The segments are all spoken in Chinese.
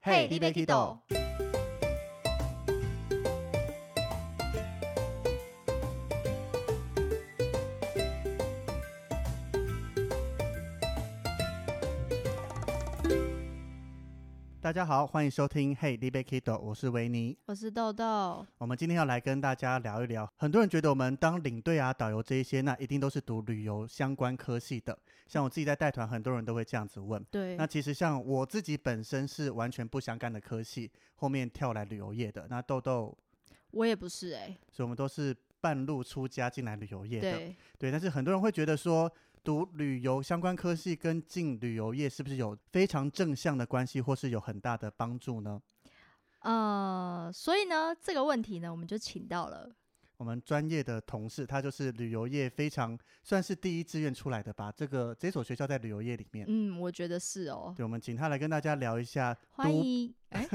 嘿你要去倒大家好，欢迎收听 Hey, d b Kido，我是维尼。我是豆豆，我们今天要来跟大家聊一聊，很多人觉得我们当领队啊、导游这一些，那一定都是读旅游相关科系的。像我自己在带团，很多人都会这样子问。对那，其实像我自己本身是完全不相干的科系，后面跳来旅游业的。那豆豆，我也不是哎、所以我们都是半路出家进来旅游业的。对，对，但是很多人会觉得说，读旅游相关科系跟进旅游业是不是有非常正向的关系，或是有很大的帮助呢？呃，所以呢，这个问题呢，我们就请到了，我们专业的同事，他就是旅游业非常算是第一志愿出来的吧。这个这所学校在旅游业里面，嗯，我觉得是哦，对，我们请他来跟大家聊一下欢读，迎，哎、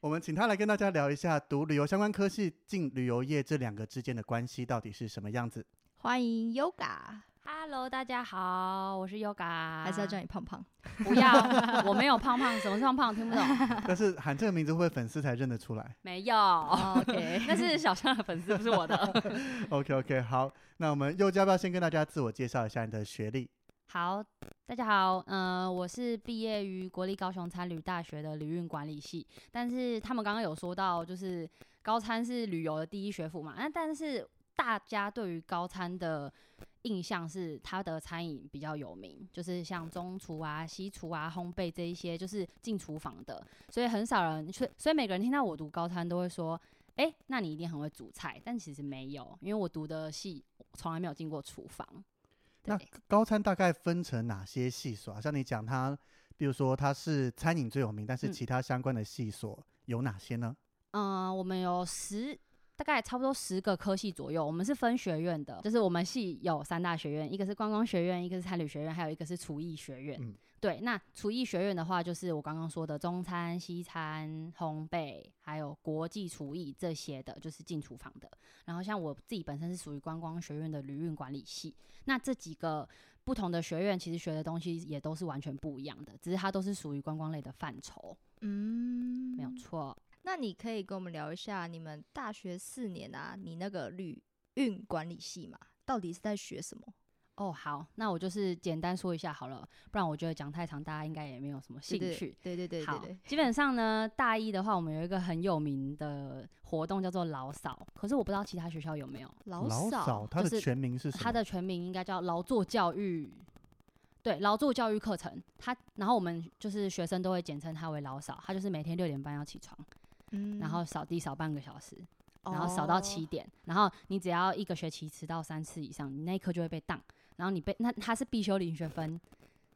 我们请他来跟大家聊一下读旅游相关科系进旅游业这两个之间的关系到底是什么样子。欢迎 Yoga， Hello，大家好，我是 Yoga，还是要叫你胖胖，不要，我没有胖胖，什么是胖胖，听不懂，但是喊这个名字会不会粉丝才认得出来没 有，哦 OK，那 是小象的粉丝，不是我的。 ？OK OK，好，那我们又要不要先跟大家自我介绍一下你的学历？好，大家好，嗯、我是毕业于国立高雄参旅大学的旅运管理系，但是他们刚刚有说到，就是高参是旅游的第一学府嘛，那但是大家对于高参的印象是它的餐饮比较有名，就是像中厨啊、西厨啊、烘焙这一些，就是进厨房的，所以很少人，所以所以每个人听到我读高参都会说。哎、那你一定很会煮菜，但其实没有，因为我读的系从来没有进过厨房。那对高餐大概分成哪些系所啊？像你讲它，比如说它是餐饮最有名，但是嗯其他相关的系所有哪些呢？嗯，我们有十，大概差不多十个科系左右。我们是分学院的，就是我们系有三大学院，一个是观光学院，一个是餐旅学院，还有一个是厨艺学院。嗯对，那厨艺学院的话，就是我刚刚说的中餐、西餐、烘焙，还有国际厨艺这些的，就是进厨房的。然后像我自己本身是属于观光学院的旅运管理系，那这几个不同的学院其实学的东西也都是完全不一样的，只是它都是属于观光类的范畴，嗯，没有。错。那你可以跟我们聊一下你们大学四年啊，你那个旅运管理系嘛，到底是在学什么？哦，好，那我就是简单说一下好了，不然我觉得讲太长，大家应该也没有什么兴对趣。对对对对好对，，基本上呢，大一的话，我们有一个很有名的活动叫做劳扫，可是我不知道其他学校有没有。老嫂，它就的是全名是什么？它的全名应该叫劳作教育，对，劳作教育课程。它，然后我们就是学生都会简称它为劳扫，它就是每天六点半要起床，嗯然后扫地扫半个小时，然后扫到七哦点，然后你只要一个学期迟到三次以上，你那一科就会被当，然后你被那它是必修零学分，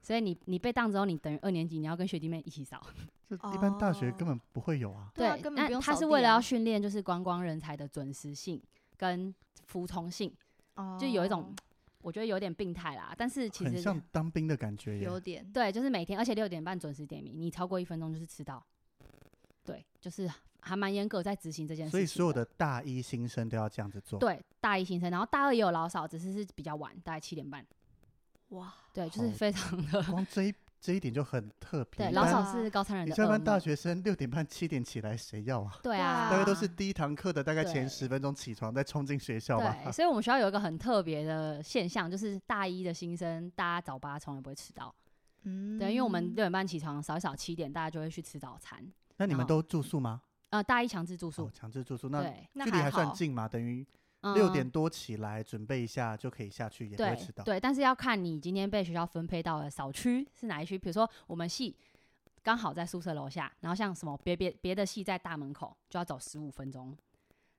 所以你你被当之后，你等于二年级你要跟学弟妹一起扫。这一般大学根哦本不会有啊。对啊根本不那用它扫是地为了啊要训练就是观光人才的准时性跟服从性，就有一种哦我觉得有点病态啦，但是其很实像当兵的感觉有耶，点对，就是每天，而且六点半准时点名，你超过一分钟就是迟到。对，就是还蛮严格在执行这件事情。所以所有的大一新生都要这样子做。，对大一新生，然后大二也有老少，只是是比较晚，大概七点半。哇，对，就是好非常的光这一这一点就很特别。对，一老般少啊是高三人你的下噩班梦。大学生六点半七点起来，谁要啊？对啊啊，大概都是第一堂课的大概前对十分钟起床，再冲进学校吧对，。所以我们学校有一个很特别的现象，就是大一的新生，大家早八从来不会迟到。嗯对，因为我们六点半起床，扫一扫七点，大家就会去吃早餐。那你们然后都住宿吗？呃，大一强制嗯住哦宿，，强制住宿，那对，那距离还算好近嘛，等于嗯六点多起来准备一下就可以下去，也不会对迟到。对，但是要看你今天被学校分配到的扫区是哪一区。比如说我们系刚好在宿舍楼下，然后像什么别别别的系在大门口，就要走十五分钟。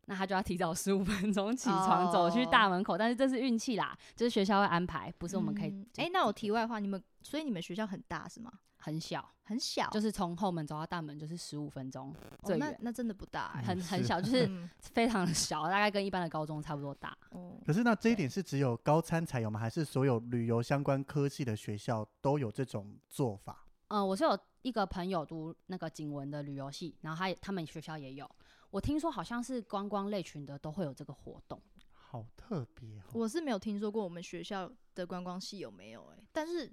那他就要提早十五分钟起床走去哦大门口但是这是运气啦，就是学校会安排，不是我们可以嗯自哎、己。那我自己题外话，你们所以你们学校很大是吗？很小，很小，就是从后门走到大门就是十五分钟，哦、最那远那真的不大、哎。很很是小，就是嗯非常的小，大概跟一般的高中差不多大。哦，可是那这一对点是只有高参才有吗？还是所有旅游相关科系的学校都有这种做法？嗯，我是有一个朋友读那个景文的旅游系，然后他也他们学校也有，我听说好像是观光类群的都会有这个活动。好特别哦！欸我是没有听说过我们学校的观光系有没有哎、但是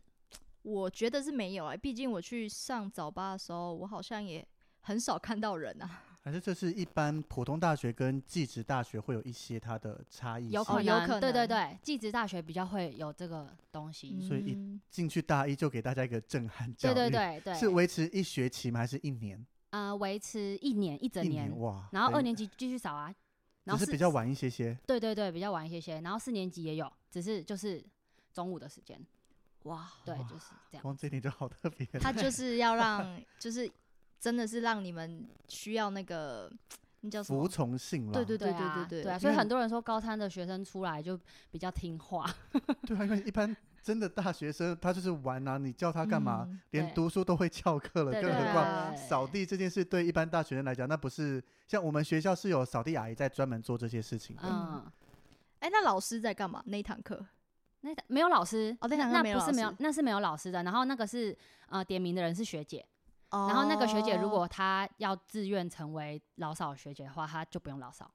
我觉得是没有哎、毕竟我去上早八的时候，我好像也很少看到人啊。还是这是一般普通大学跟技职大学会有一些它的差异有性可哦有可对能对对，技职大学比较会有这个东西。所以一嗯进去大一就给大家一个震撼教对育，对对对，是维持一学期吗？还是一年？呃维持一年一整一年哇，然后等二于年级继续扫啊，然只后是四比较晚一些些，对对对，比较晚一些些，然后四年级也有，只是就是中午的时间，哇，对，哇就是这样。光这一点就好特别。他就是要 让，就是真的是让你们需要那个，那叫什服么？从性了，对对对啊对对对啊，因所以为很多人说高三的学生出来就比较听话，对啊，因为一般真的大学生他就是玩啊，你叫他干嘛？嗯连对读书都会翘课了，对更对何对况啊扫地这件事，对一般大学生来讲，那不是像我们学校是有扫地阿姨在专门做这些事情的。嗯，哎、那老师在干嘛？那一堂课？那个没有老师，哦那堂课那没有不是老没有师，那是没有老师的。然后那个是呃点名的人是学姐，然然后那个学姐如果她要自愿成为老扫学姐的话，她就不用老扫，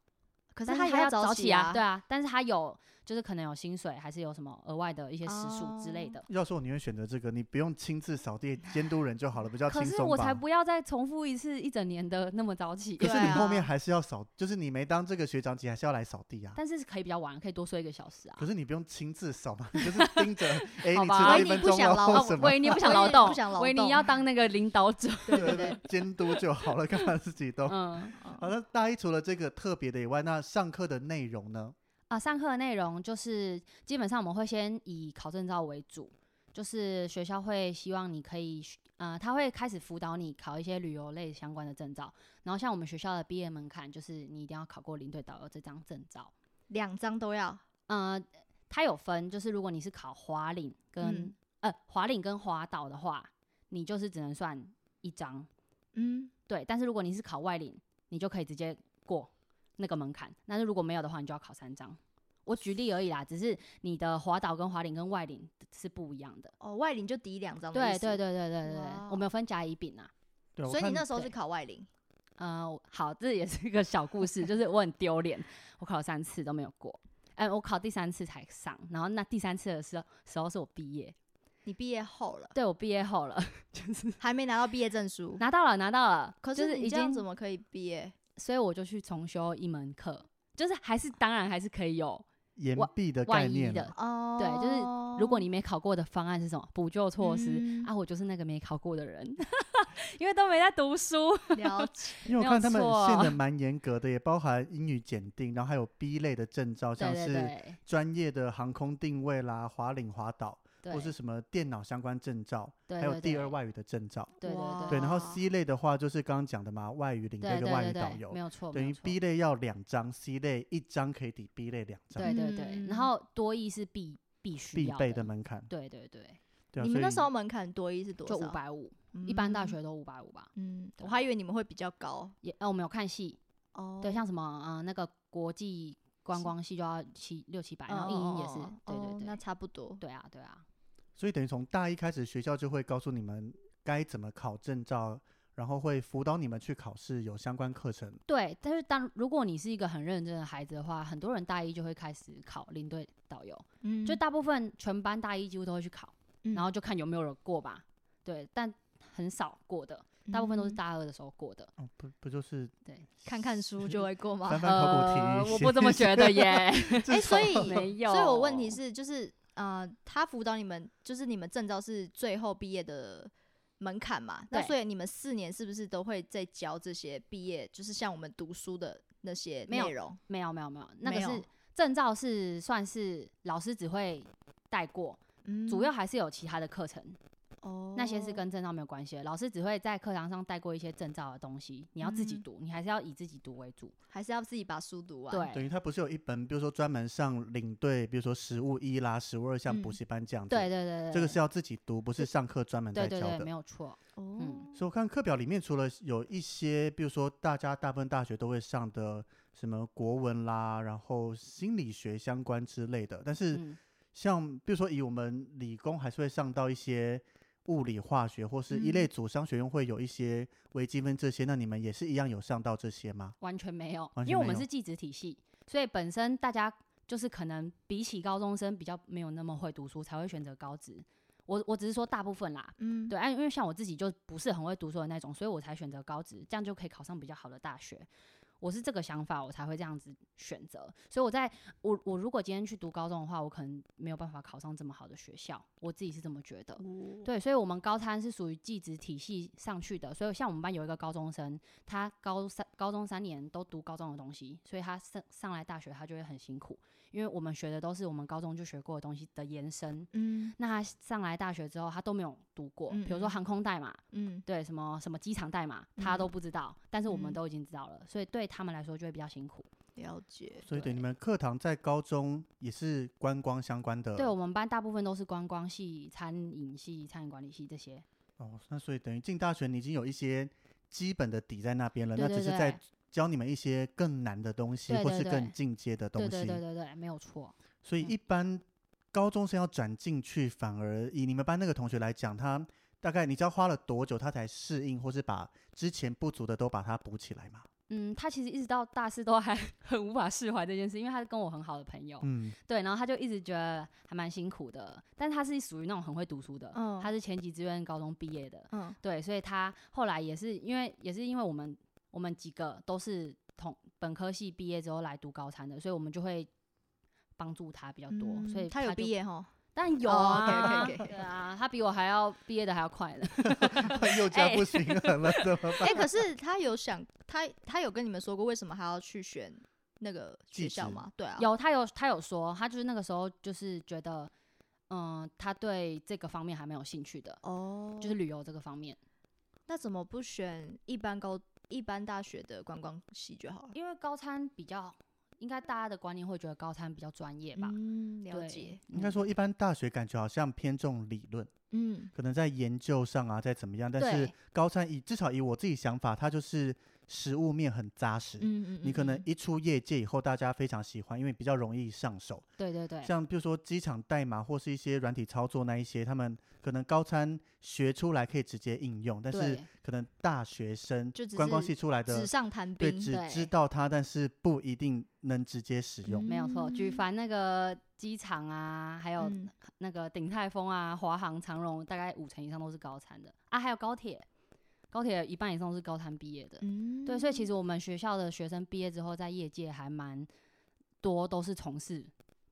可是但他她也要早起啊，对啊，但是她有就是可能有薪水，还是有什么额外的一些时数之类的。要说我宁愿选择这个，你不用亲自扫地监督人就好了，比较轻可是松吧。我才不要再重复一次一整年的那么早起，可对是你后啊面还是要扫，就是你没当这个学长姐，还是要来扫地啊。但是可以比较晚，可以多睡一个小时啊。可是你不用亲自扫嘛，你就是盯着，哎、你好迟吧到一维尼分不钟想了，劳或动什么？哦维尼不想啊维劳尼动不想，劳维尼动要当那个领导者。对对对，监督就好了， 干嘛自己都？嗯好哦了，大一除了这个特别的以外，那上课的内容呢？啊，上课的内容就是基本上我们会先以考证照为主，就是学校会希望你可以学，呃，他会开始辅导你考一些旅游类相关的证照。然后像我们学校的毕业门槛，就是你一定要考过领队导游这张证照。两张都要。呃，它有分，就是如果你是考华领跟、嗯呃华领跟华导的话，你就是只能算一张。嗯，对，但是如果你是考外领，你就可以直接过那个门槛。但是如果没有的话，你就要考三张。我举例而已啦，只是你的滑岛跟滑领跟外领是不一样的。哦，外领就抵两张的意对思。对对对对对，我哇哦们有分甲乙丙啊。对，我所以你看那时候对是考外领，呃，好，这也是一个小故事，就是我很丢脸，我考了三次都没有过。哎、我考第三次才上，然后那第三次的时候时候是我毕业，你毕业后了，对我毕业后了， 就是还没拿到毕业证书。拿到了拿到了，可就是是你已这样经怎么可以毕业？所以我就去重修一门课，就是还是当然还是可以有岩壁的概万一念的了，哦，对就是如果你没考过的方案是什么补救措施、嗯啊？我就是那个没考过 的人，因为都没在读书。了 解，因为没我看有他们错限的蛮严格的，也包含英语检定，然后还有 B 类的证照，对像对是对专业的航空定位啦、滑领、滑导，对，或是什么电脑相关证照，对还有对第对二外语的证照。对对对，然后哇 C 类的话就是刚刚讲的嘛，外语领队对跟对外对语导对，游没，有错，等没有于错 B 类要两张，C 类一张可以抵 B 类两张，对对对，嗯然后多义是必必须必要备的门槛。对对对，对啊，你所们那以时候门槛多一是多就少？五百五，一般大嗯学都五百五吧。嗯，对我还以为你们会比较高也呃，我们有看戏，哦。对，像什么呃那个国际观是光系就要七六七百，然哦后英英也是哦，对哦对那对，差不多。对啊对啊，所以等于从大一开始，学校就会告诉你们该怎么考证照，然后会辅导你们去考试，有相关课程。对，但是当如果你是一个很认真的孩子的话，很多人大一就会开始考领队导游，嗯就大部分全班大一几乎都会去考，嗯然后就看有没有人过吧。对，但很少过的，嗯大部分都是大二的时候过的。哦，不不就是看看书就会过翻吗？翻考古题？呃，我不这么觉得耶。哎，所以没有。所以我问题是，就是呃，他辅导你们，就是你们证照是最后毕业的门槛嘛？那对所以你们四年是不是都会在教这些毕业，就是像我们读书的那些没有内容？没有没有没有，那个没有是证照是算是老师只会带过，嗯主要还是有其他的课程，哦那些是跟证照没有关系的。老师只会在课堂上带过一些证照的东西，你要自己嗯读，你还是要以自己读为主。还是要自己把书读完。，对等于他不是有一本，比如说专门上领队，比如说实务一啦、实务二，像补嗯习班这样子。对对对对，这个对是要自己读，不是上课专门在对对教对，的没。有错。哦嗯，所以我看课表里面，除了有一些，比如说大家大部分大学都会上的什么国文啦，然后心理学相关之类的，但是嗯，像比如说以我们理工还是会上到一些物理、化学或是嗯一类组商学院会有一些微积分这些，那你们也是一样有上到这些吗？完全没有，完全因为我没们有是技职体系，所以本身大家就是可能比起高中生比较没有那么会读书，才会选择高职。我我只是说大部分啦，嗯，对，啊，因为像我自己就不是很会读书的那种，所以我才选择高职，这样就可以考上比较好的大学。我是这个想法，我才会这样子选择。所以我在我我如果今天去读高中的话，我可能没有办法考上这么好的学校，我自己是这么觉得。对，所以我们高三是属于技职体系上去的，所以像我们班有一个高中生，他高三高中三年都读高中的东西，所以他上上来大学他就会很辛苦，因为我们学的都是我们高中就学过的东西的延伸。嗯那他上来大学之后，他都没有读过，嗯比如说嗯航空代码，嗯，对什么什么机场代码，他都嗯不知道，但是我们嗯都已经知道了，所以对他们来说就会比较辛苦。了解。所以对对你们课堂在高中也是观光相关的，对我们班大部分都是观光系、餐饮系、餐饮管理系这些，哦，那所以等于进大学你已经有一些基本的底在那边了，对那对只是对在教你们一些更难的东西，对或对是对更进阶的东对西。对对对对，没有错。所以嗯一般高中生要转进去，反而以你们班那个同学来讲，他大概你知道花了多久他才适应，或是把之前不足的都把它补起来嘛？嗯，他其实一直到大四都还 很无法释怀这件事，因为他是跟我很好的朋友， 嗯， 对，然后他就一直觉得还蛮辛苦的，但他是属于那种很会读书的，嗯他是前几志愿高中毕业的，嗯对，所以他后来也是因为也是因为我们我们几个都是同本科系毕业之后来读高三的，所以我们就会帮助他比较多，嗯所以他有就毕，业哈，但有哦啊， ，OK，OK，OK 对啊，他比我还要毕业的还要快了，又加 哎不行了，怎么 哎、办？可是他有想他他有跟你们说过为什么他要去选那个学技校职吗？对啊，有他有他有说，他就是那个时候就是觉得，嗯，他对这个方面还蛮有兴趣的，哦，就是旅游这个方面。那怎么不选一般高一般大学的观光系就好了？因为高餐比较，应该大家的观念会觉得高餐比较专业吧？嗯，对了解，，应该嗯说，一般大学感觉好像偏重理论，嗯可能在研究上啊，在怎么样，但是对高三以至少以我自己想法，它就是实物面很扎实。嗯嗯，你可能嗯一出业界以后，大家非常喜欢，因为比较容易上手。对对对，像比如说机场代码或是一些软体操作那一些，他们可能高参学出来可以直接应用，但是对可能大学生就只观光是系出来纸的，上谈对，兵，只知对道它，但是不一定能直接使用。没有错。举嗯凡那个机场啊，还有嗯那个鼎泰丰啊、华航、长荣，大概五成以上都是高餐的啊，还有高铁，高铁一半以上都是高餐毕业的。嗯对，所以其实我们学校的学生毕业之后，在业界还蛮多都是从事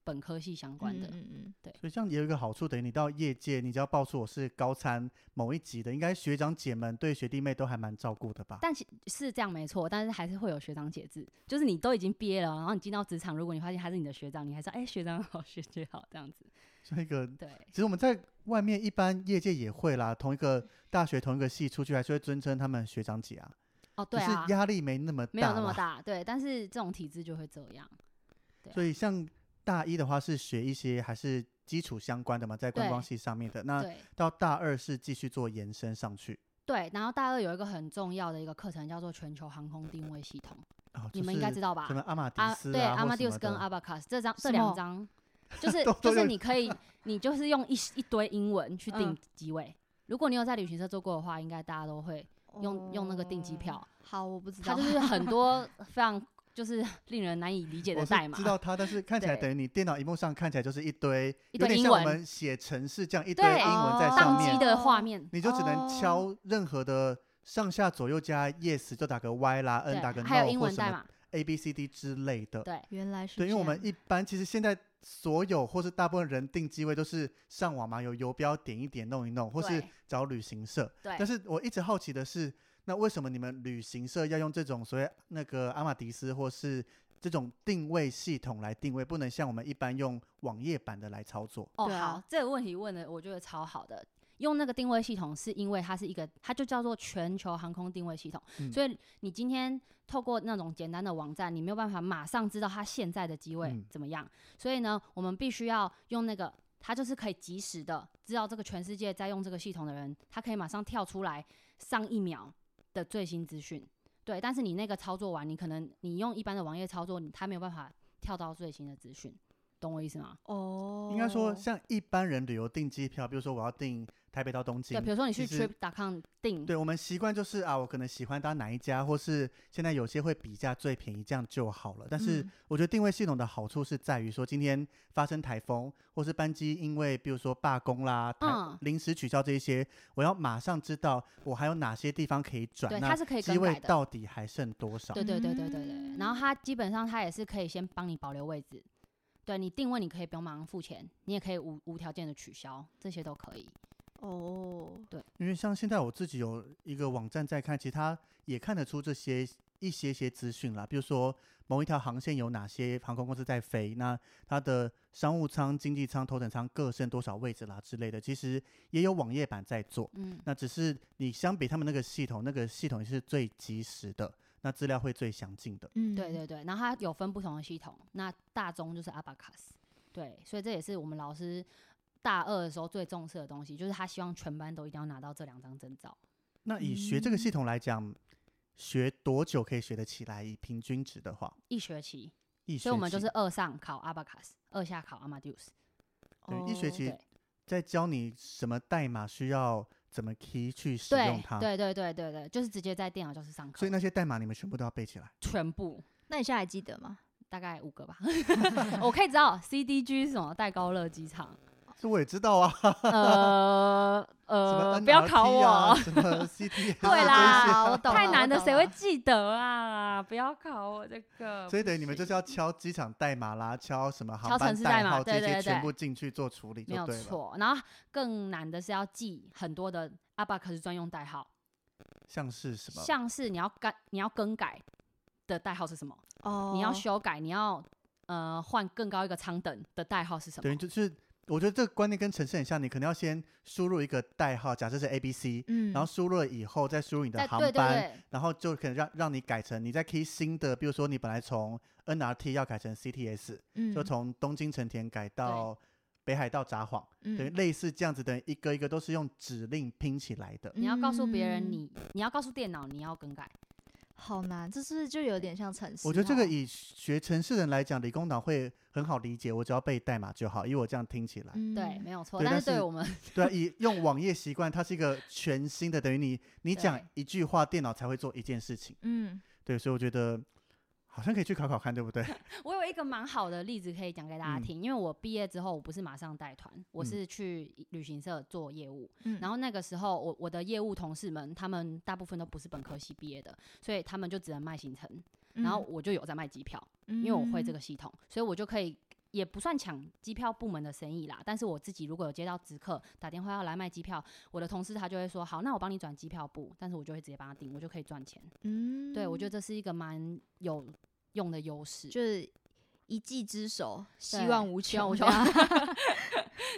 本科系相关的。嗯嗯嗯所以这样也有一个好处，等于你到业界，你只要报出我是高参某一级的，应该学长姐们对学弟妹都还蛮照顾的吧？但其是这样没错，但是还是会有学长解制，就是你都已经毕业了，然后你进到职场，如果你发现他是你的学长，你还是哎、学长好学姐好这样子，所以一个对其实我们在外面一般业界也会啦，同一个大学同一个系出去，还是会尊称他们学长姐啊，哦只对啊是，压力没那么大，没有那么。大，对，但是这种体制就会这样，对啊所以像大一的话是学一些还是基础相关的嘛，在观光对系上面的。那对到大二是继续做延伸上去。对。然后大二有一个很重要的一个课程叫做全球航空定位系统，哦，你们应该知道道吧什？么阿玛迪啊，斯对啊，或什，Amadeus 么跟的 Abacus 这张什这两么张， 就是都都就是有你可以，你就是用一一堆英文去定嗯机位。如果你有在旅行社做过的话，应该大家都会嗯用用那个订机哦票。好，我不知它道，就是很多 非常就是令人难以理解我的代是码知，道它，但是看起来对等于你电脑荧幕上看起来就是一堆，一有堆点英像我文们写程式这样一堆对英文在哦上宕面机，的画面，你就只能哦敲任何的上下左右加 yes 就打个 y 啦，n 打个对， no 还有英或文什代么码， A B C D 之类的。对 原来是对，因为我这们样一般其实现在所有或是大部分人订机位都是上网嘛，有游标点一点弄一弄，或是对找旅行社。但对，是我一直好奇的是，那为什么你们旅行社要用这种所谓那个阿玛迪斯或是这种定位系统来定位，不能像我们一般用网页版的来操作？哦对啊好，这个问题问的我觉得超好的。用那个定位系统，是因为它是一个，它就叫做全球航空定位系统，嗯所以你今天透过那种简单的网站，你没有办法马上知道它现在的机位嗯怎么样，所以呢，我们必须要用那个，它就是可以及时的知道这个全世界在用这个系统的人，他可以马上跳出来上一秒的最新资讯，对，但是你那个操作完，你可能你用一般的网页操作，你它没有办法跳到最新的资讯，懂我意思吗？哦，应该说，像一般人旅游订机票，比如说我要订台北到东对，京比，如说你去其实 Trip.com 订，对我们习惯就是啊，我可能喜欢搭哪一家，或是现在有些会比价最便宜，这样就好了。但是嗯我觉得定位系统的好处是在于说，今天发生台风，或是班机因为比如说罢工啦、台嗯临时取消这一些，我要马上知道我还有哪些地方可以转，对，它那是可以机更位改的。到底还剩多少？对对对对对对。然后嗯它基本上它也是可以先帮你保留位置，对你定位你可以不用马上付钱，你也可以无无条件的取消，这些都可以。哦，因为像现在我自己有一个网站在看，其实它也看得出这些一些些资讯啦，比如说某一条航线有哪些航空公司在飞，那它的商务舱、经济舱、头等舱各剩多少位置啦之类的，其实也有网页版在做。嗯，那只是你相比他们那个系统，那个系统是最及时的，那资料会最详尽的。嗯，对对对。然后它有分不同的系统，那大宗就是 Abacus，对，所以这也是我们老师大二的时候最重视的东西，就是他希望全班都一定要拿到这两张证照。那以学这个嗯系统来讲，学多久可以学得起来？以平均值的话，一学期，一学期，所以我们就是二上考 Abacus，二下考 Amadeus。对一学哦期对在教你什么代码需要怎么 key 去使用对它。对对对对对，就是直接在电脑教室上课，所以那些代码你们全部都要背起来。全部那你现在还记得吗？大概五个吧， 我可以知道 CDG 是什么戴高乐机场，这我也知道啊，呃什么 NRT 呃，啊不要考我， 什么 CT，对啊啦对好 我懂了，太我难的懂谁会了记得啊？不要考我这个，所以不等于你们就是行要敲机场代码啦，敲什么航敲程班式代代码号对这对些对全部进去做处理就没有对了。错，然后更难的是要记很多的 Abacus 专用代号，像是什么？像是你要改你要更改的代号是什么？哦，你要修改，你要呃换更高一个舱等的代号是什等于么？就是，我觉得这个观念跟程式很像，你可能要先输入一个代号，假设是 A B C，嗯，哎然后输入了以后再输入你的在航对对班，对，然后就可能让让你改成你再 key 新的，比如说你本来从 NRT 要改成 CTS，嗯就从东京成田改到北海道札幌，等于嗯类似这样子，等于一个一个都是用指令拼起来的。你要告诉别嗯人你，你要告诉电脑你要更改，好难，这是不是就有点像哦城市？我觉得这个以学城市人来讲，理工党会很好理解，我只要背代码就好，因为我这样听起来。嗯对，没有错。对但但是对是我们，对、啊，以用网页习惯，它是一个全新的，等于你你讲对一句话，电脑才会做一件事情。嗯，对，所以我觉得好像可以去考考看，对 不对？我有一个蛮好的例子可以讲给大家嗯听，因为我毕业之后我不是马上带团，我嗯是去旅行社做业务，嗯然后那个时候我我的业务同事们，他们大部分都不是本科系毕业的，所以他们就只能卖行程，嗯然后我就有在卖机票，因因为我会嗯这个，系统，所以我就可以也不算抢机票部门的生意啦。但是我自己如果有接到直客打电话要来卖机票，我的同事他就会说好，那我帮你转机票部，但是我就会直接帮他订，我就可以赚钱。嗯，对我觉得得这是一个蛮有用的优势，就是一技之手，希对望无希望穷无这穷样，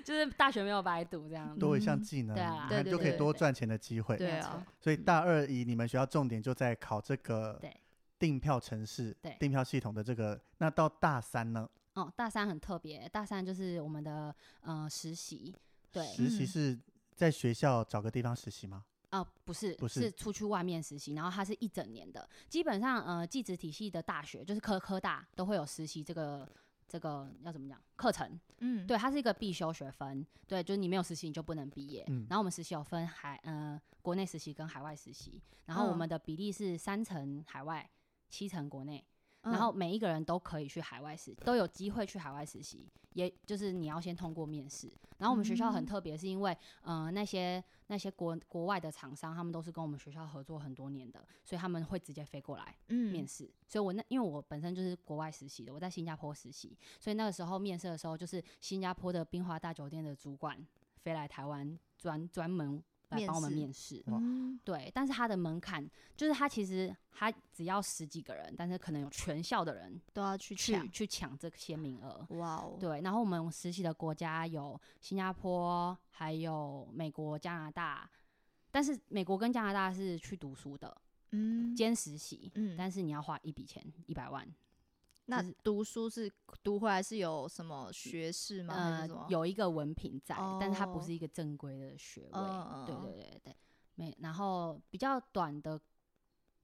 就是大学没有白读这样子。多一项嗯技能，对啊你看对就对可对以多对赚钱的机会。对没有啊错所以嗯大二以你们学校重点就在考这个对订票城市对、订票系统的这个。那到大三呢？哦，大三很特别，大三就是我们的呃实习，对，实习嗯是在学校找个地方实习吗？啊，不是，不是是出去外面实习，然后它是一整年的。基本上，呃，技职体系的大学，就是科科大都会有实习这个这个要怎么讲课程，嗯，对，它是一个必修学分，对，就是你没有实习你就不能毕业。嗯然后我们实习有分海呃国内实习跟海外实习，然后我嗯们的比例是三成海外，七成国内。嗯，然后每一个人都可以去海外实，都有机会去海外实习，也就是你要先通过面试。然后我们学校很嗯特别，是因为呃那些那些国国外的厂商，他们都是跟我们学校合作很多年的，所以他们会直接飞过来嗯面试。所以我那因为我本身就是国外实习的，我在新加坡实习，所以那个时候面试的时候，就是新加坡的滨华大酒店的主管飞来台湾专专门来面帮我们试面试。哇嗯对，但是它的门槛就是它其实它只要十几个人，但是可能有全校的人都要去去抢，去抢这些名额。哇哦，对，然后我们实习的国家有新加坡，还有美国、加拿大，但是美国跟加拿大是去读书的，嗯，兼实习，嗯但是你要花一笔钱，一百万，那是读书是读回来是有什么学士吗？还呃是什么，？有一个文凭在，但是它不哦是一个正规的学位。嗯对嗯对对对，没，然后比较短的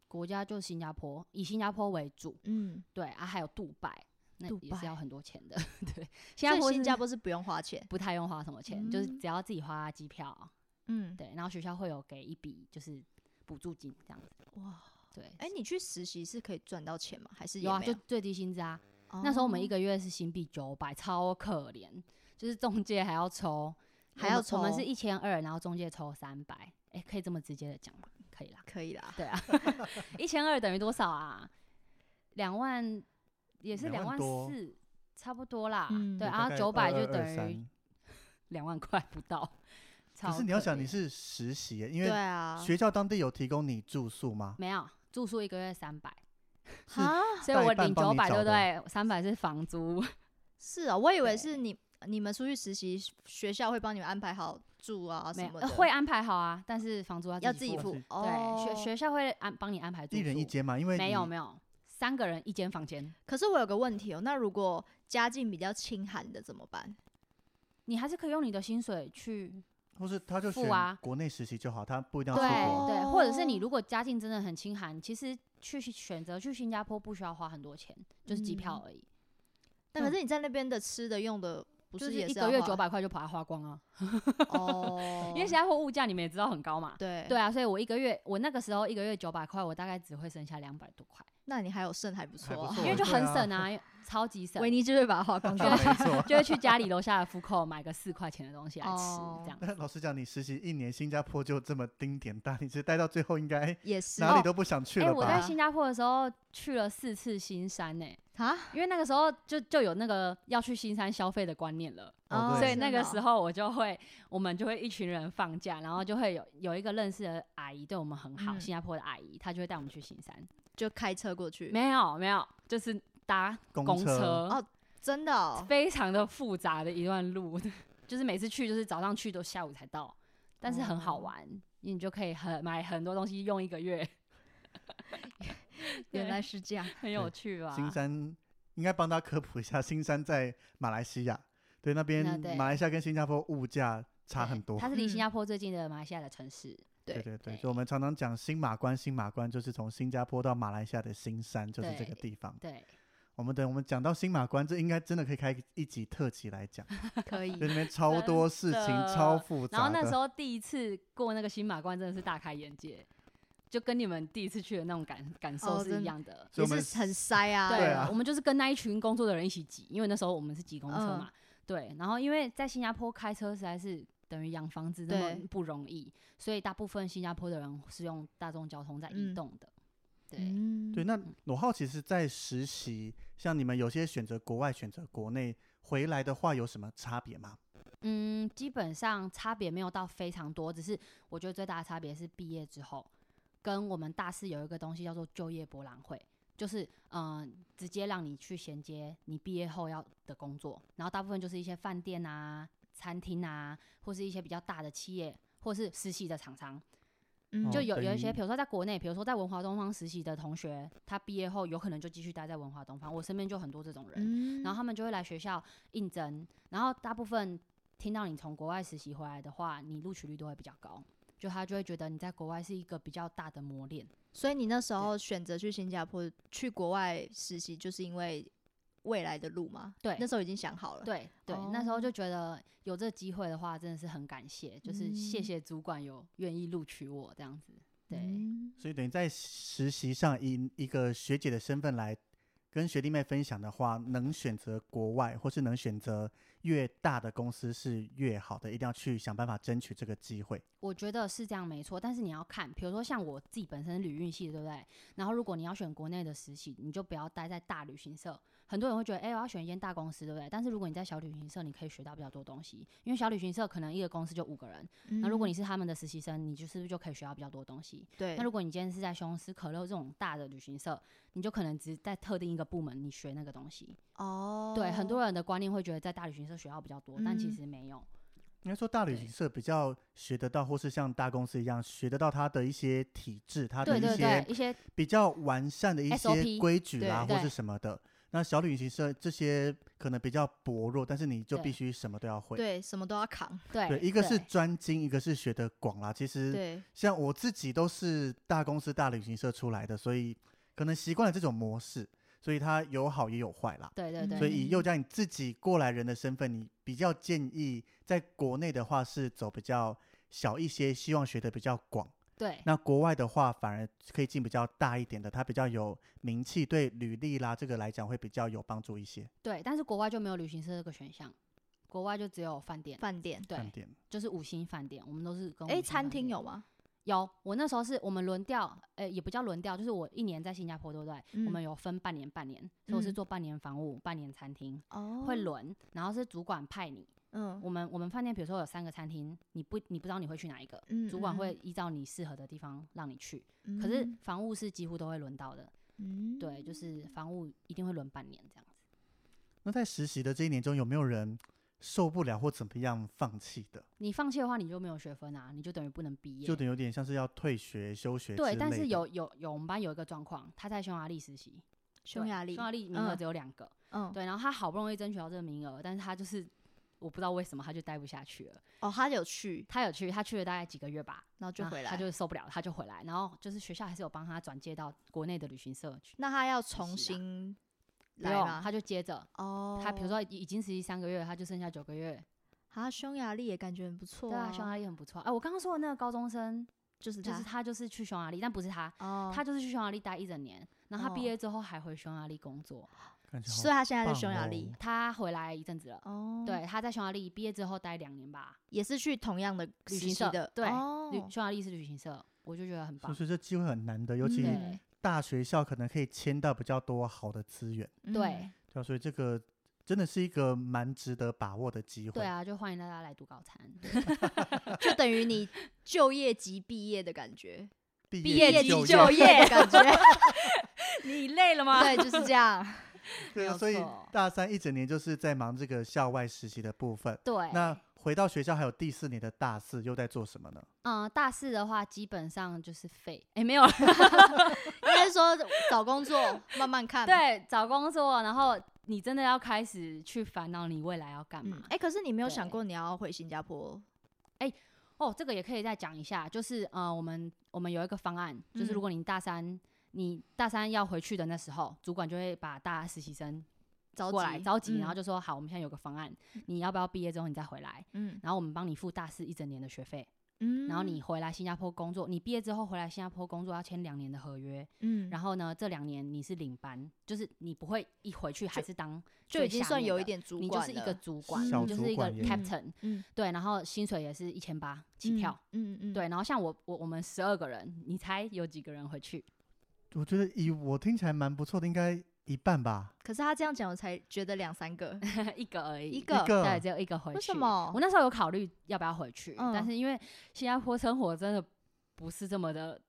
国家就新加坡，以新加坡为主，嗯，对啊，还有杜拜，那杜也是拜要很多钱的。 对，所新加以坡新加坡坡是不用花钱，不太用花什么钱，就是嗯只要自己花机票，嗯，对，然后学校会有给一笔就是补助金这样子。哇，对，哎、你去实习是可以赚到钱吗？还是也有啊，没就最低薪资啊。哦那时候我们一个月是新币九百，超可怜，就是中介还要抽，还我要们我们抽是一千二，然后中介抽三百，哎，可以这么直接的讲吗？可以啦，可以啦，对啊， 一千二等于多少啊？两万也是两两万万多四，差不多啦。嗯对，对然后九百就等于于。两万块不到。可是超你要可想，你怜是实习耶，因对为啊，学校当地有提供你住宿吗？没有住宿一个月 三百，是啊，所以我代办领帮九你百，对找不的对？三百是房租，是啊，我以为对是你你们出去实习，学校会帮你们安排好住啊什没有么的，呃会安排好啊，但是房租要要自自己付付对，哦，对，学学校会安帮你安排住宿，一人一间嘛，因为没有没有，有，三个人一间房间，可是我有个问题哦，那如果家境比较清寒的怎么办？你还是可以用你的薪水去或是他就付选啊国内实习就好，他不一定要出国。对对，或者是你哦如果家境真的很清寒，其实去选择去新加坡不需要花很多钱，就是机票嗯而已，但可嗯是你在那边的吃的用的，不就是也一是个要月花九百块就把它花光啊，哦，因为新加坡物价你们也知道很高嘛。对对，啊，所以我一个月，我那个时候一个月九百块，我大概只会剩下两百多块，那你还有剩还不还错不啊，错因为就对很啊省 啊，因为超级省。维尼就会把它 花光就。光。没错 就会去家里楼下的福口买个四块钱的东西来吃，哦这样。那老实讲，你实习一年，新加坡就这么丁点大，你其实待到最后应该也是哪里哦都不想去哎、了我吧？在新加坡的时候去了四次新山呢、啊，因为那个时候就就有那个要去新山消费的观念了，哦哦对所以那个时候候我就会，我们就会一群人放假，然后就会有有一个认识的阿姨对我们很好，嗯新加坡的阿姨，她就会带我们去新山。就开车过去， 没有没有，就是搭公公啊车哦真的哦，非常的复杂的一 段路，就是每次去就是早上去都下午才到，但是很好哦玩，因为你就可以很买很多东西用一个 月，原对来是这样。 很有趣吧？新山应该帮他科普一下，新山在马来西亚，对那那边对马来西亚跟新加坡物价差很多它。是离嗯新加坡最近的马来西亚的城市，对对对对，对就我们常常讲新马关，新马关就是从新加坡到马来西亚的新山，就是这个对地方。对，我们等我们讲到新马关，这应该真的可以开一集特辑来讲，可以就里面超真多事情，的超复杂的。然后那时候第一次过那个新马关，真的是大开眼界，就跟你们第一次去的那种感感受哦是真一的样的。所也以我们是很塞啊，对啊我们就是跟那一群工作的人一起挤，因为那时候我们是挤公车嘛。嗯对，然后因为在新加坡开车实在是等于养房子那对么不容易，所以大部分新加坡的人是用大众交通在移嗯动的。对，嗯对，那我好奇是在实习，像你们有些选择国外，选择国内，回来的话有什么差别吗？嗯，基本上差别没有到非常多，只是我觉得最大的差别是毕业之后，跟我们大四有一个东西叫做就业博览会，就是嗯、呃直接让你去衔接你毕业后要的工作，然后大部分就是一些饭店啊、餐厅啊，或是一些比较大的企业，或是实习的厂商，嗯就哦有有一等于些，比如说在国内，比如说在文华东方实习的同学，他毕业后有可能就继续待在文华东方，我身边就很多这种人，嗯然后他们就会来学校应征，然后大部分听到你从国外实习回来的话，你录取率都会比较高，就他就会觉得你在国外是一个比较大的磨练。所以你那时候选择去新加坡去国外实习，就是因为未来的路吗？对那时候已经想好了。，对对，那时候哦就觉得有这机会的话，真的是很感谢，就是谢嗯谢主管有愿意录取我这样子。对，所以等于在实习上以一个学姐的身份来跟学弟妹分享的话，能选择国外，或是能选择越大的公司是越好的，一定要去想办法争取这个机会。我觉得是这样没错，但是你要看，比如说像我自己本身是旅运系的，对不对？然后如果你要选国内的实习，你就不要待在大旅行社。很多人会觉得，哎、我要选一间大公司，对不对？但是如果你在小旅行社，你可以学到比较多东西，因为小旅行社可能一个公司就五个人，那如果你嗯是他们的实习生，你就是不是就可以学到比较多东西？对，那如果你今天是在雄狮、可乐这种大的旅行社，你就可能只在特定一个部门你学那个东西。哦，对，很多人的观念会觉得在大旅行社学到比较多，但其嗯实没有。应该说大旅对行社比较学得到，或是像大公司一样学得到它的一些体制，它的对啊一对对些，一些比较完善的一些 SOP 规矩啦，对或是什么的。那小旅行社这些可能比较薄弱，但是你就对必须什么都要会。对什么都要扛，对对，一个是专精，一个是学得广啦。其实对，像我自己都是大公司大旅行社出来的，所以可能习惯了这种模式。所以它有好也有坏啦。对对嗯对，所以以佑佳你自己过来人的身份，你比较建议在国内的话是走比较小一些，希望学的比较广。对那国外的话，反而可以进比较大一点的，它比较有名气，对履历啦这个来讲会比较有帮助一些。对，但是国外就没有旅行社这个选项，国外就只有饭店，饭店。饭对，店就是五星饭店，我们都是跟五哎，星餐饭厅店有吗？有，我那时候是我们轮调，呃，也不叫轮调，就是我一年在新加坡，对不对？我们有有分半年半年，所以我是嗯做半年房务，半年餐厅，哦，会轮，然后是主管派你。嗯，我们我们饭店比如说有三个餐厅，你不你不知道你会去哪一个，嗯主管嗯会依照你适合的地方让你去。嗯可是房务是几乎都会轮到的，嗯，对，就是房务一定会轮半年这样子。那在实习的这一年中，有没有人受不了或怎么样放弃的？你放弃的话，你就没有学分啊，你就等于不能毕业。就等于有点像是要退学、休学之类对，的。但是有有有我们班有一个状况，他在匈牙利实习，匈对牙利，匈牙利名额嗯只有两个，嗯，对，然后他好不容易争取到这个名额，但是他就是我不知道为什么他就待不下去了。哦，他有去，他有去，他去了大概几个月吧，然后就那回来，他就受不了，他就回来。然后就是学校还是有帮他转接到国内的旅行社去，那他要习重啦新不来用吗？他就接着。哦，他比如说已已经实习三个月，他就剩下九个月。啊，匈牙利也感觉很不错对啊，匈牙利很不错。哎、我刚刚说的那个高中生，就是就他是他就是去匈牙利，但不是他，哦，他就是去匈牙利待一整年，然后他毕哦业之后还回匈牙利工作。感觉好所以他现在在棒匈牙哦利他回来一阵子了，哦，，对，他在匈牙利毕业之后待两年吧。也是去同样的旅实行习社的，对哦旅匈牙利是旅行社，我就觉得很所以棒。说这机会很难得，尤其嗯对嗯大学校可能可以签到比较多好的资源，嗯对，对、啊，所以这个真的是一个蛮值得把握的机会。对啊，就欢迎大家来读高 餐。嗯就等于你就业即毕业的感觉，毕毕 业业即即业就业的 感觉，你累了吗？对，就是这 样。对没啊，有所以错大三一整年就是在忙这个校外实习的部分。对，那回到学校，还有第四年的大四又在做什么呢？嗯，大四的话基本上就是废， 哎、没 有了。应该说找工作慢慢看，，对，找工作，然后你真的要开始去烦恼你未来要干嘛嗯，。哎、可是你没有想对过你要回新加坡，哦，这个也可以再讲一下，就是呃，我们我们有一个方案，就是如嗯果你大三，你大三要回去的那时候，主管就会把大家实习生着过来急召集，然后就就说好，我们现在有个方案，你要不要毕业之后你再回来？嗯然后我们帮你付大四一整年的学费，嗯然后你回来新加坡工作，你毕业之后回来新加坡工作要签两年的合约，嗯，然后后呢，这两年你是领班，就是你不会一回去还是当就最已经下算面有的一，点主你管了，就是一个主管，小你就主是一个管耶 captain，嗯对，然后薪水也是一千八起嗯跳，，嗯嗯，对，然后像我我我们十二个人，你猜有几个人回去？ 我觉得以我听起来蛮不错的，应该一半吧，可是他这样讲，我才觉得两三个，一个而已，一个一个对，只有一个回去。为什？么我？那时候有考虑要不要回去，嗯但是因为新加坡生活真的不是这么的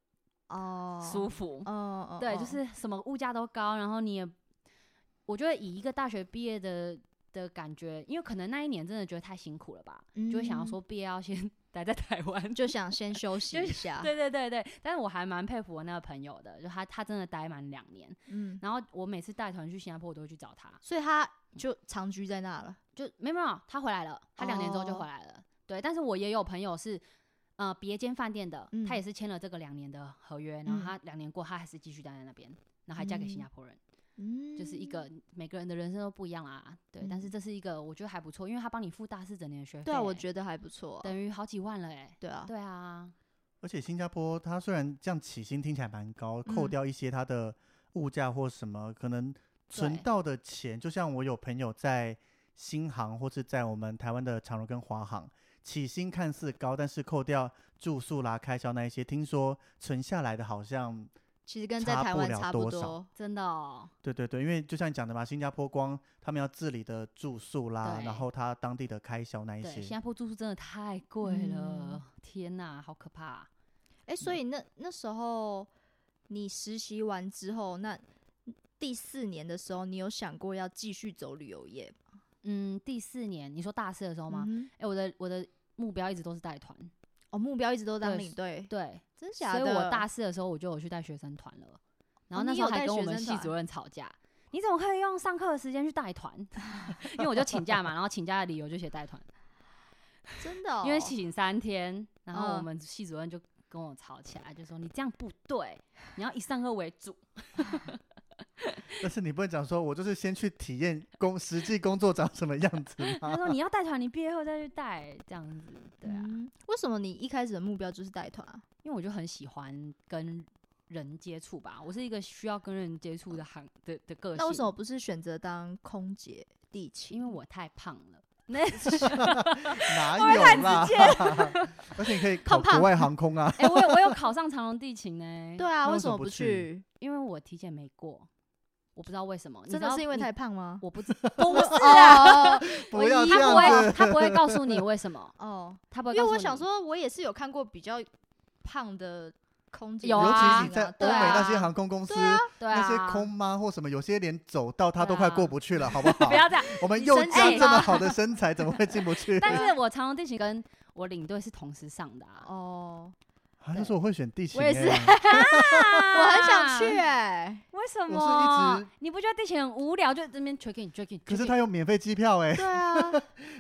哦，舒服，哦，哦，对，哦就是什么物价都高，然后你也，我觉得以一个大学毕业的的感觉，因为可能那一年真的觉得太辛苦了吧，就会想要嗯说毕业要先 待在台湾。就想先休息就一下，对对对对，但是我还蛮佩服我那个朋友的，就他他真的待满两年，嗯，然后我每次带团去新加坡，我都会去找他，所以他就长居在那了，就没有没有，他回来了，他两年之后就哦回来了。对，但是我也有朋友是，呃，别间饭店的，嗯他也是签了这个两年的合约，然嗯后他两年过，他还是继续待在那边，然后还嫁给嗯新加坡人，嗯，就是一个每个人的人生都不一样啦。对，但是嗯这是一个我觉得还不错，因为他帮你付大四整年的学费欸，对啊，我觉得还不错啊，等于好几万了哎、对啊，对啊，而且新加坡它虽然这样起薪听起来蛮高，扣嗯掉一些它的物价或什么，可能存对到的钱，就像我有朋友在新航或是在我们台湾的长荣跟华航，起薪看似高，但是扣掉住宿啦、开销那一些，听说存下来的好像，其实跟在差台不湾了差多少多，真的、哦，对对对，因为就像你讲的嘛，新加坡光他们要自理的住宿啦，对然后他当地的开销那一对，新些，加坡住宿真的太贵了，嗯天哪，好可怕啊、哎、所嗯以那那时候你实习完之后，那第四年的时候，你有想过要继续走旅游业吗？嗯，第四年你说大四的时候吗？嗯哼哎、我的我的目标一直都是带团，哦，目标一直都当对领队，对，真假所以的？哦我大四的时候我就有去带学生团了，然后那你时候有还带跟我学们生系团主任吵架。你怎么可以用上课的时间去带团？ 因为我就请假嘛，然后请假的理由就写带团，真的、哦，因为请三天，然后我嗯们系主 任就跟我吵起来，就说你这样不对，你要以上课为主。但是你不能讲说我就是先去体验工实际工作长什么样 子他吗？说你要带团，你毕业后再去带这样子，对啊，嗯为什么你一开始的目标就是带团啊？因为我就很喜欢跟人接触吧，我是一个需要跟人接触的行的的个性。那为什么？不是选择当空姐、地勤？因为我太胖了。那哎哪有啦？而且你可以考胖胖国外航空啊， 哎、我有我有考上长隆地勤呢、对，啊，那为为什什么么不不去去？因为我体检没过，我不知道为什么。你真知的道是因为你太胖 吗？我 不知不是啊，哦不要这他不样会子。他不 会告诉你为什么， 哦，他不因会为我告诉你。想说，我也是有看过比较胖的空姐，有尤啊其你在欧对美啊那些航空公司，对啊，对啊，那些空妈或什么，有些连走道她都快过不去了，好不好啊不？要这 样。我们你又生加气这么吗好的身材，怎么会进不去？ 但是我长隆地勤跟我领队是同时上 的啊，哦，啊，那时候我会选地形、我欸，也是啊我很想去哎，为什是一么直？你不觉得地勤很无聊，就这边 check in check in，可是 check in 他有免费机票哎、对啊，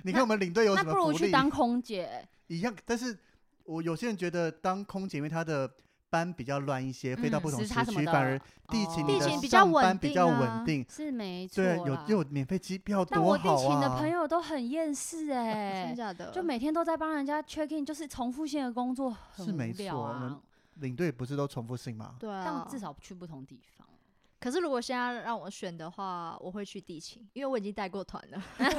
你看我们领 队有那什不么福如去利？当空姐，一样，但是我有些人觉得当空姐，因为她的班比较乱一些，飞到嗯不同时时差什么区，的反而地勤地你的勤比较上班稳比定较稳啊定。是没错对啦。啊，有又有免费机票，但多我地好勤的朋啊！友都很 厌世哎真、假的？就每天都在帮人家 check in，就是重复性的工作很是没无聊错我们啊。领队不是都重复性吗？对啊但，至少去不同地方。可是如果现在让我选的话，我会去地勤，因为我已经带过团 了，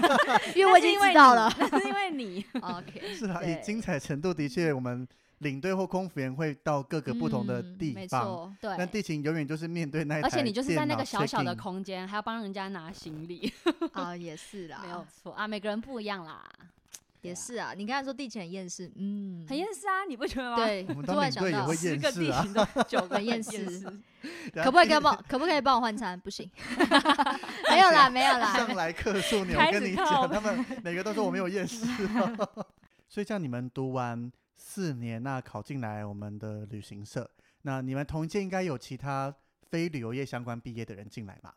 因为我已经知道了。那是因为 你， OK，是啊，以对精彩程度的确，我们领队或空服员会到各个不同的嗯地没方，错，对但地勤永远就是面对那一台而且你就是在那电脑个小小的 check-in 空间，还要帮人家拿行李， 啊，嗯也是啦，没有错啊，每个人不一样啦，也是啊。你刚才说地勤很厌世，嗯，很厌世啊，你不觉得吗？， 对，我们突当然领队也想到会，啊十厌个世地啊。形都 九个很厌 世，世然可后不可以一跟帮可不可以帮我换餐？不 行，没有啦，没有 啦，上来客诉你，我开跟始你靠讲，他们每个都说我没有厌 世 哦。所以像你们读完四年，那考进来我们的旅行社，那你们同届应该有其他非旅游业相关毕业的人进来嘛？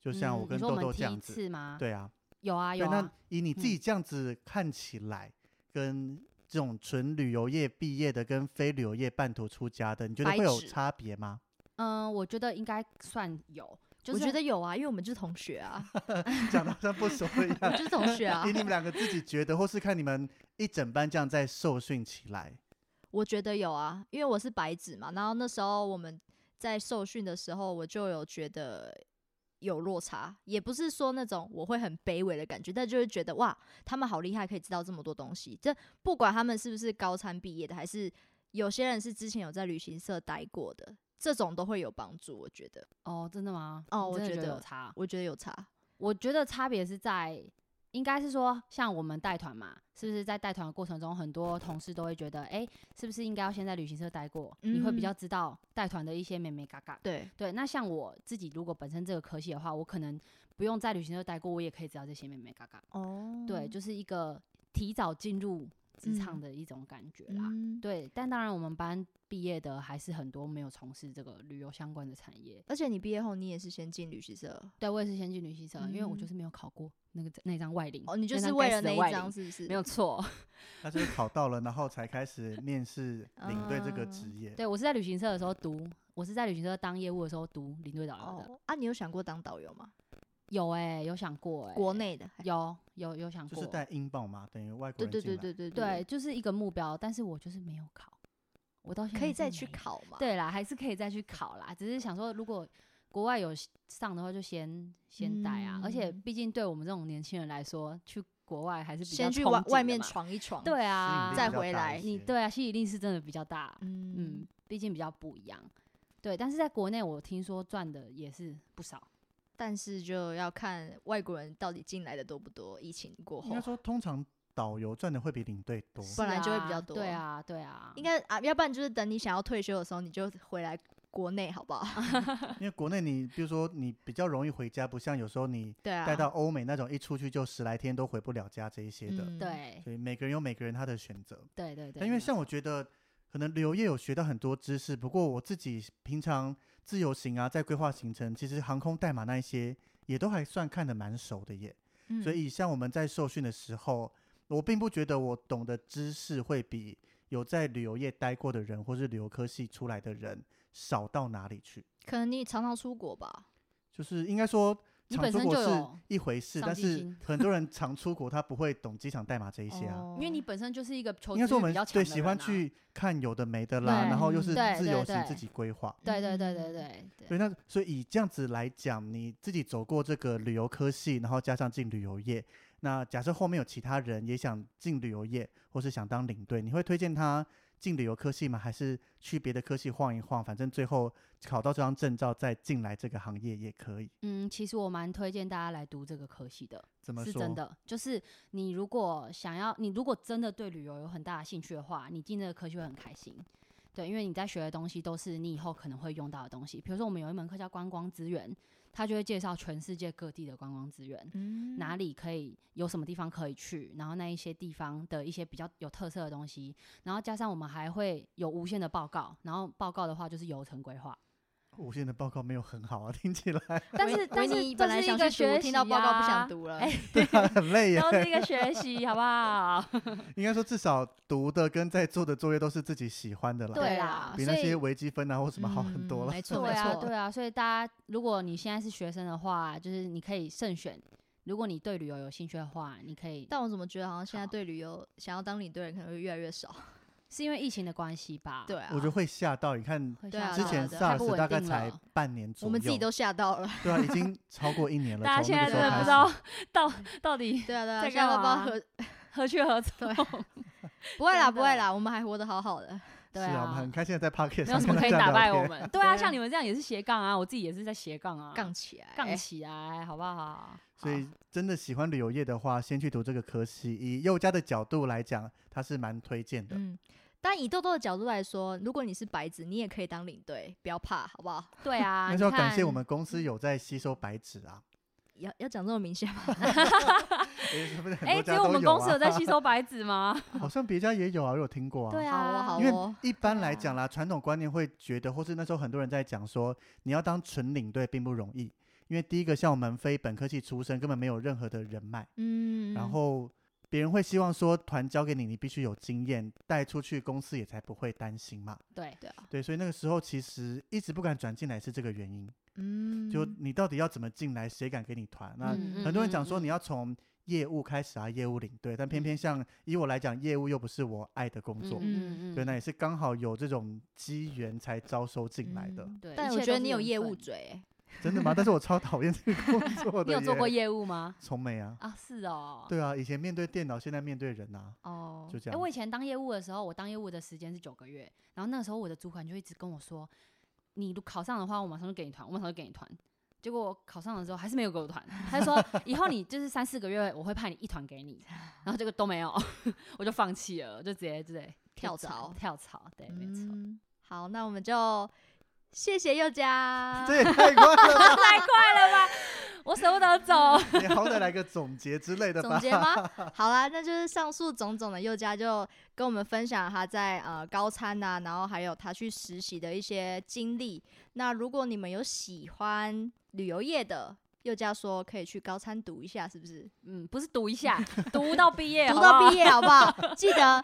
就像我嗯跟你说豆我们豆这第一样子，次吗？，对啊，有啊对。有那啊，以你自己这样子看起来，跟这种纯旅游业毕业的跟非旅游业半途出家的，你觉得白会有纸差别吗？ 嗯，我觉得应该算有，就我是觉得有啊，因为我们就是同 学啊，讲的像不熟一样我们。就是同学啊以。你们两个自己觉得，或是看你们一整班这样在受训起 来，我觉得有啊，因为我是白纸嘛。然后那时候我们在受训的时候，我就有觉得有落差，也不是说那种我会很卑微的感觉，但就是觉得哇，他们好厉害，可以知道这么多东西。这不管他们是不是高参毕业的，还是有些人是之前有在旅行社待过的，这种都会有帮助。我觉得，哦，真的吗？哦你我真的觉觉有得差，我觉得有差。我觉得差别是在，应该是说，像我们带团嘛，是不是在带团的过程中，很多同事都会觉得，哎、是不是应该要先在旅行社待过，你会比嗯较知道带团的一些美美嘎嘎。对，对，那像我自己如果本身这个科系的话，我可能不用在旅行社待过，我也可以知道这些美美嘎嘎。哦对，就是一个提早进入职场嗯的一种感觉啦。嗯，对，但当然我们班毕业的还是很多没有从事这个旅游相关的产业。而且你毕业后，你也是先进旅行社，对，我也是先进旅行社，因为我就嗯是没有考过那个那张外领。哦，你就那是张为该了死的那外一张，领是不哦是？没有错。 他就是考到了，然后才开始面 试领队这个职业。嗯对我是在旅行社的时候读，我是在旅行社当业务的时候读领队导游的。哦啊，你有想过当导游吗？有哎、有想过哎、国内的还，有有有想就过，是带英镑嘛，等于外国对人对进来。对对对对，，就是一个目标，但是我就是没有考，我到现在可以还是再去没。考嘛？，对啦，还是可以再去考啦，只是想说，如果国外有上的话，就先先带啊。而且嗯毕竟对我们这种年轻人来说，去国外还是比较先去憧外憬外的面嘛。闯一闯。，对吸啊引力比，再较回大来一你些对啊，吸引力是真的比较大。嗯嗯，，毕竟比较不一样。对，但是在国内我听说赚的也是不少。但是就要看外国人到底进来的多不多，疫情过应该后。说通常导游赚的会比领队 多。本来是就会比啊较多对啊，对啊，应该啊，要不然就是等你想要退休的时候，你就回来国内，好不好？ 因为国内你比如说你比较容易回家，不像有时候你对啊，带到欧美那种一出去就十来天都回不了家这一些的。嗯，对所以每个人有每个人他的选择。对对对。但因为没像我错觉得，可能旅游业有学到很多知识，不过我自己平常自由行啊，在规划行程，其实航空代码那一些也都还算看得蛮熟的耶。嗯所以像我们在受训的时候，我并不觉得我懂的知识会比有在旅游业待过的人，或是旅游科系出来的人少到哪里去。可能你常常出国吧，就是应该说你常本出身国就是有一回事，上但进是心 很多人常出国，他不会懂机场代码这一些啊。哦因为你本身就是一个求应知该说我欲比们较强的对人、啊，喜欢。去看有的没的啦，对然后又嗯是对自对由行对自己规划。对对对对嗯对对，对，那所以以这样子来讲，你自己走过这个旅游科系，然后加上进旅游业，那假设后面有其他人也想进旅游业，或是想当领队，你会推荐他进旅游科系吗？还是去别的科系晃一晃，反正最后考到这张证照再进来这个行业也可以？嗯，其实我蛮推荐大家来读这个科系的，怎么是说？真的。就是你如果想要，你如果真的对旅游有很大的兴趣的话，你进这个科系会很开心。对，因为你在学的东西都是你以后可能会用到的东西。比如说，我们有一门课叫观光资源，它就会介绍全世界各地的观光资源。嗯哪里可以有什么地方可以去，然后那一些地方的一些比较有特色的东西，然后加上我们还会有无限的报告，然后报告的话就是游程 规划，我现在的报告没有很好啊， 听 起来但是维维但是尼这本来是一想个去读，学听到习报告不呀想读了。对啊，很累耶。都是一个学习，好不好？应该说至少读的跟在做的作业都是自己喜欢的啦，对啦啦， 比那些微积分啊或什么好很多嗯了。没错对没啊，错，对啊，所以大家如果你现在是学生的话，就是你可以慎选。如果你对旅游有兴趣的话，你可以，但我怎么觉得好像现在好对旅游想要当领队的人可能会越来越少？是因为疫情的关系吧？对，啊， 我觉得会吓到，你看会对想啊之对啊前对啊太不 SARS 大稳概定才了。半年左右，我们自己都吓到了。对啊，已经超过一年了。 大家从现那在个真时候开的不始知道 到到底 对啊对啊，在现在要干不要嘛和？何去何从？对不会啦真不会的啦，我们还活得好好的。对是啊，我 啊们很开心的在 Pocket 没有上什么跟可大以家打聊败我天。 们。对啊，对啊像你们这样也是斜杠啊，我自己也是在斜杠啊，杠起来，杠起来，好不好？哎所好以真的喜欢旅游业的话，先去读这个科系。以佑家的角度来讲，他是蛮推荐的。嗯，但以豆豆的角度来说，如果你是白纸，你也可以当领队，不要怕，好不好？对啊，那你是要感谢看嗯我。们公司有在吸收白纸啊，要要讲这么明显吗？ 诶是不是很哎，多只家有我都们有公司有啊？在 吸收白纸吗？好像别家也有啊，我有听过啊。对好哦，好啊，因为哦，一般对来啊讲啦，传统观念会觉得，或是那时候很多人在讲说，你要当纯领队并不容易，因为第一个像我们非本科系出身，根本没有任何的人脉，嗯，然后别人会希望说团交给你，你必须有经验，带出去公司也才不会担心嘛。对，对啊，对，所以那个时候其实一直不敢转进来是这个原因，嗯，就你到底要怎么进来，谁敢给你团？那嗯很多人讲说嗯你要从业务开始啊，业务领队，但偏偏像以我来讲，业务又不是我爱的工作。嗯嗯嗯对，那也是刚好有这种机缘才招收进来的，嗯对但一我切觉都得是你有缘业务分嘴欸， 真的吗？但是我超讨厌这个 工作的你耶。有做过业务吗？从没啊？啊，是哦，对啊，以前面对电脑，现在面对人啊。哦，就这哎、样我以前当业务的时候，我当业务的时间是九个月，然后那个时候我的主管就一直跟我说，你如考上的话，我马上就给你团，我马上就给你团。结果我考上了之后还是没有给我团，他就说以后你就是三四个月我会派你一团给你，然后结果都没有， 我就放弃了，就直接就直接跳就槽跳槽，对，没错。嗯好，那我 们就谢谢佑嘉，这也啊太快了 吧！太快了吧，我舍不得走。你好歹来个总结之类的总吧。结吗？ 好啦，那就是上述种种的佑佳就跟我们分享他在呃高餐呐、然后还有他去实习的一些经历。那如果你们有喜欢旅游业的，佑佳说可以去高餐读一下，是不是？嗯，不是读一下，读到毕业，读好不到好毕业好不好？ 记得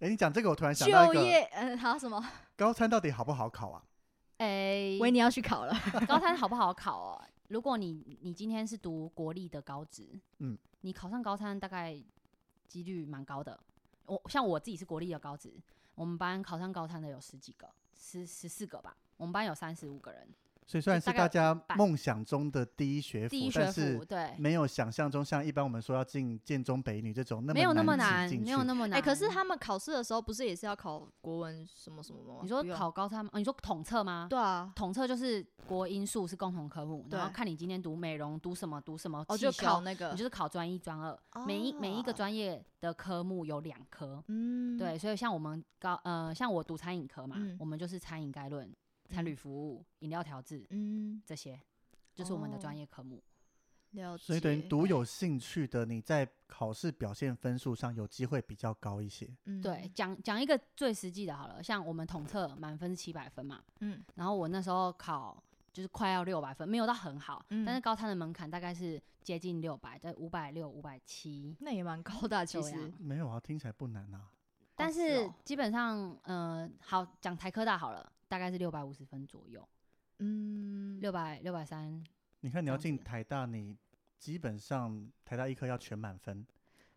哎，你讲这个，我突然想到就一个，业，嗯，好什么？高参到底好不好考啊？哎，维尼要去考了，高三好不好考哦？如果你你今天是读国立的高职，嗯，你考上高三大概几率蛮高的。我像我自己是国立的高职，我们班考上高三的有十几个，十十四个吧。我们班有三十五个人，所以虽然是大概大家半梦想中的第一学府第一，学哎但是府对，没有想象中像一般我们说要进建中北女这种那没有那么么难，挤进没有去那么哎、 难。可是他们考试的时候不是也是要考国文什么什么吗？你说不用考高三吗？哦你说统测吗？对啊，统测就是国英数是共同科目，然后对看你今天读美容、读什么、读什么，哦，汽就修考那个你就，是考专一、专二，每一每一个哦专业的科目有两科，嗯，对，所以像我们高呃，像我读餐饮科嘛，嗯我们就是餐饮概论、餐旅服务、饮料调制嗯，这些，就是我们的哦专业科目。了解。所以等于读有兴趣的，你在考试表现分数上有机会比较高一些。嗯对，，讲讲一个最实际的好了，像我们统测满分是七百分嘛，嗯然后我那时候考就是快要六百分，没有到很好，但是嗯高餐的门槛大概是接近六百，在五百六、五百七，那也蛮高的啊，其这样实。没有啊，听起来不难啊。但哦是是哦基本上，呃，好讲台科大好了，大概是六百五十分左右，嗯，六百六百三你看你这要样子进台大，你基本上台大一科要全满分。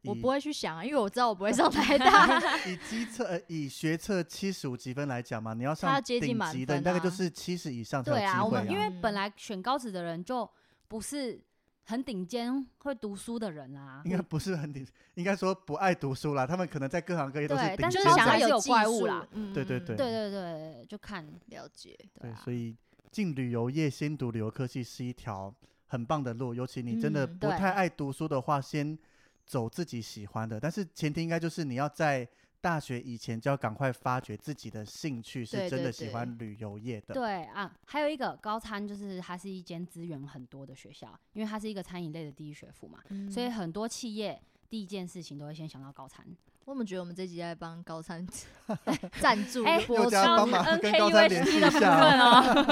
我以不会去想啊，因为我知道我不会上台 大。以机测呃以学测七十五积分来讲嘛，你要上要接顶近满级的，你分大概就啊是七十以上才有对机啊，我会们因为嗯本来选高职的人就不是很顶尖会读书的人啊啦、应该不是很顶，应该说不爱读书啦。他们可能在各行各业都对是顶 但就是尖高想材的。要还是有技怪术物啦，嗯对对嗯对对对对，就看了解。对对，啊，所以进旅游业先读旅游科系是一条很棒的路，尤其你真的嗯不太对爱读书的话，先走自己喜欢的。但是前提应该就是你要在大学以前就要赶快发掘自己的兴趣，是对真对的喜对欢旅游业的。对啊，还有一个高餐，就是它是一间资源很多的学校，因为它是一个餐饮类的第一学府嘛，所以嗯很多企业第一件事情都会先想到高餐。我们觉得我们这集在帮高 参 赞助哎播又出加帮是忙跟高三联 NKUST 系一的部下啊 分 哦，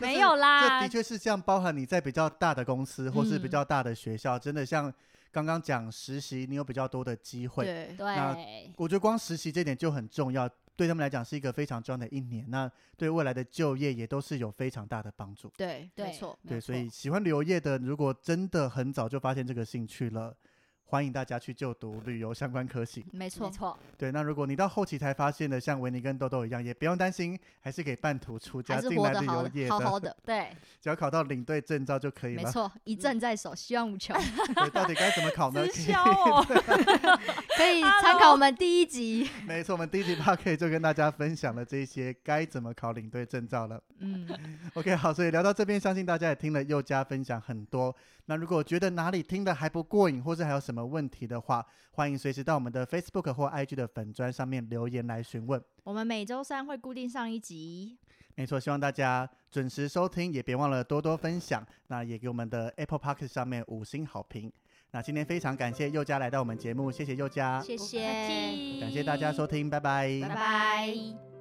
但没是有这啦的，确是这样，包含你在比较大的公司或是比嗯较大的学校，真的像刚刚讲实习，你有比较多的机会。对，那对，我觉得光实习这点就很重要，对他们来讲是一个非常重要的一年，那对未来的就业也都是有非常大的帮助。对，对没错，没对，有所错以喜欢旅游业的，如果真的很早就发现这个兴趣了，欢迎大家去就读旅游相关科系。没没错，错，对，那如果你到后期才发现的，像维尼跟豆豆一样，也不用担心，还是可以半途出家还是进活来得旅好游业的，好好的，对，只要考到领队证照就可以没了。 错，一战在手，希望无 穷，对，到底该怎么考呢 直？可以销哦，可以参考我们第一集。 没错，我们第一集 p o c a 就跟大家分享了这些该怎么考领队证照了。 嗯， OK，好，所以聊到这边，相信大家也听了佑嘉分享很多。那如果觉得哪里听的还不过瘾，或是还有什么问题的话，欢迎随时到我们的 Facebook 或 IG 的粉砖上面留言来询问。我们每周三会固定上一集，没错，希望大家准时收听，也别忘了多多分享。那也给我们的 Apple p o c k e t 上面五星好评。那今天非常感谢佑嘉来到我们节目，谢谢佑嘉，谢不客谢，气感谢大家收听，拜拜拜拜拜。